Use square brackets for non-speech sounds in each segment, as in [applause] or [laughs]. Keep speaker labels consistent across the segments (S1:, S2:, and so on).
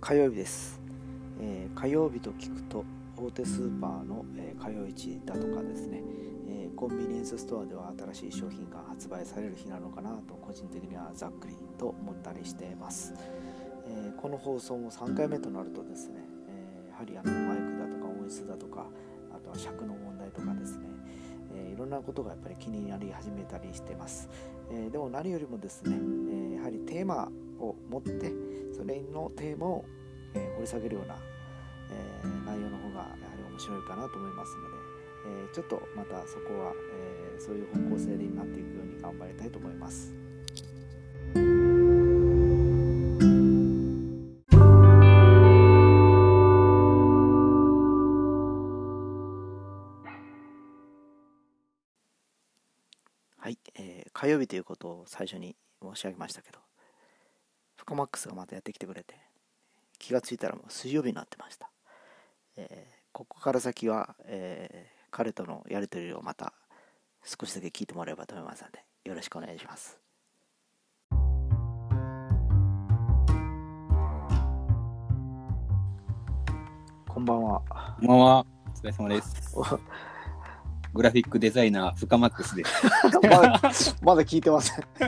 S1: 火曜日です、えー、火曜日と聞くと大手スーパーの、えー、火曜市だとかですね、えー、コンビニエンスストアでは新しい商品が発売される日なのかなと個人的にはざっくりと思ったりしてます、えこの放送も3回目となるとですね、えやはりあのマイクだとか音質だとかあとは尺の問題とかですね、えいろんなことがやっぱり気になり始めたりしてます、えでも何よりもですね、えやはりテーマを持ってそれのテーマを、えー、掘り下げるような、えー、内容の方がやはり面白いかなと思いますので、えー、ちょっとまたそこは、えそういう方向性になっていくように頑張りたいと思います。はい、え火曜日ということを最初に申し上げましたけどコマックスがまたやってきてくれて気がついたらもう水曜日になってました、えー、ここから先は、えー、彼とのやり取りをまた少しだけ聞いてもらえばと思いますのでよろしくお願いしますこんばんは
S2: こんばんはお疲れ様ですグラフィックデザイナーフカマックスです [laughs]
S1: まだ [laughs] まだ聞いてません [laughs]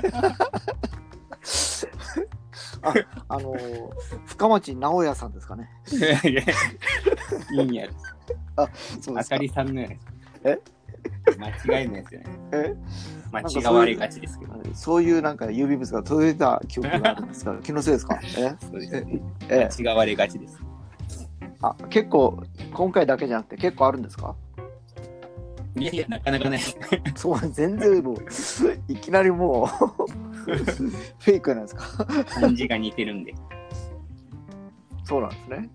S1: あ、あのー、深町直哉さんですかね。
S2: いや、いいんや。
S1: あ、そうです
S2: か。あかりさんのや
S1: つ。え
S2: 間違いのやつよね。え間違われがちですけど。
S1: そういうなんか郵便物が届いた記憶があるんです
S2: [laughs]
S1: から、気のせいですか
S2: えそうです、ね。え間違われがちです。
S1: あ、結構、今回だけじゃなくて結構あるんですか
S2: いやいや、なかなかね。
S1: そう、全然もう、いきなりもう [laughs] フェイクなんですか
S2: 漢字が似てるんで。
S1: そうなんですね。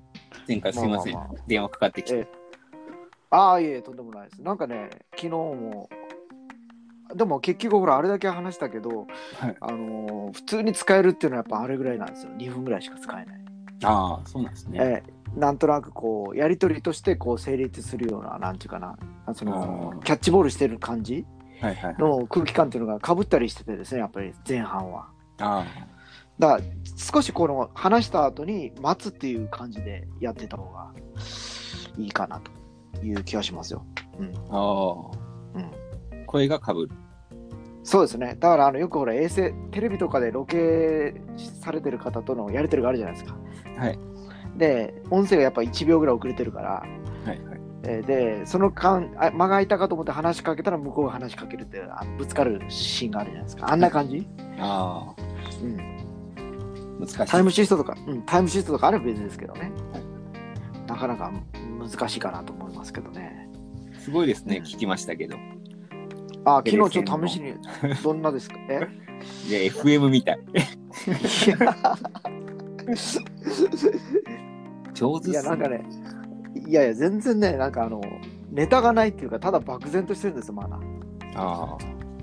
S2: 前回すいません、まあまあまあ、電話かかってきて。ええ、
S1: ああ、いえ、とんでもないです。なんかね、昨日も、でも結局ほら、あれだけ話したけど、はい、あのー、普通に使えるっていうのはやっぱあれぐらいなんですよ。2分ぐらいしか使えない。
S2: ああ、そうなんですね。
S1: ええ、なんとなくこう、やり取りとしてこう成立するような、なんていうかな、その、キャッチボールしてる感じはいはいはい、の空気感っていうのがかぶったりしててですねやっぱり前半は。
S2: あ
S1: だから少しこの話した後に待つっていう感じでやってた方がいいかなという気がしますよ。うん、
S2: ああ、うん、声がかぶる
S1: そうですねだからあのよくほら衛星テレビとかでロケされてる方とのやり取りがあるじゃないですか。
S2: はい、
S1: で音声がやっぱ1秒ぐらい遅れてるから。
S2: はいはい
S1: でその間あ間が空いたかと思って話しかけたら向こうが話しかけるってあぶつかるシーンがあるじゃないですかあんな感じ
S2: ああ
S1: うん難しいタイムシフトとか、うん、タイムシフトとかあれば別ですけどね、はい、なかなか難しいかなと思いますけどね
S2: すごいですね、うん、聞きましたけど
S1: あ昨日ちょっと試しにどんなですかえ
S2: いや FM みたい上手っす
S1: い
S2: ね
S1: やなんかねいやいや、全然ね、なんかあの、ネタがないっていうか、ただ漠然としてるんですよ、まだ。
S2: あ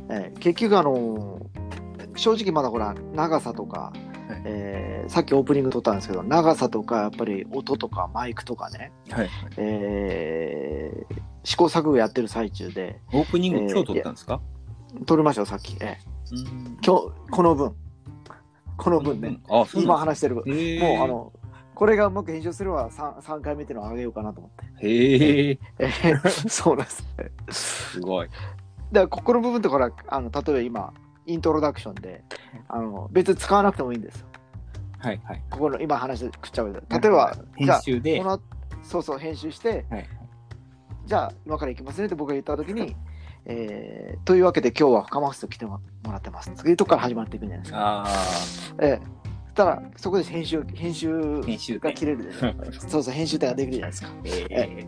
S1: えー、結局、あのー、正直まだほら、長さとか、はい、えー、さっきオープニング撮ったんですけど、長さとか、やっぱり音とかマイクとかね、
S2: はい、
S1: えー、試行錯誤やってる最中で。
S2: オープニング、えー、今日撮ったんですか。
S1: 撮りましたよ、さっき。えー、今日、この分。この分ね。あ今話してる分。もう、あの、これがうまく編集すれば 3, 3回目っていうのを上げようかなと思って
S2: へえ。
S1: [laughs] そうなんです、
S2: ね。すごい。
S1: だからここの部分とかあの例えば今イントロダクションであの別に使わなくてもいいんですよ。
S2: はいはい。
S1: ここの今話してくっちゃう例えば
S2: 編集で
S1: このそうそう編集して、はい、じゃあ今から行きますねって僕が言った時に。えー、というわけで今日は深松と来てもらってますというとこから始まっていくんじゃないですか。
S2: あ
S1: えー、たらそこで編集編集が切れるで、ね、そうそう編集点ができるじゃないですか。
S2: えー、え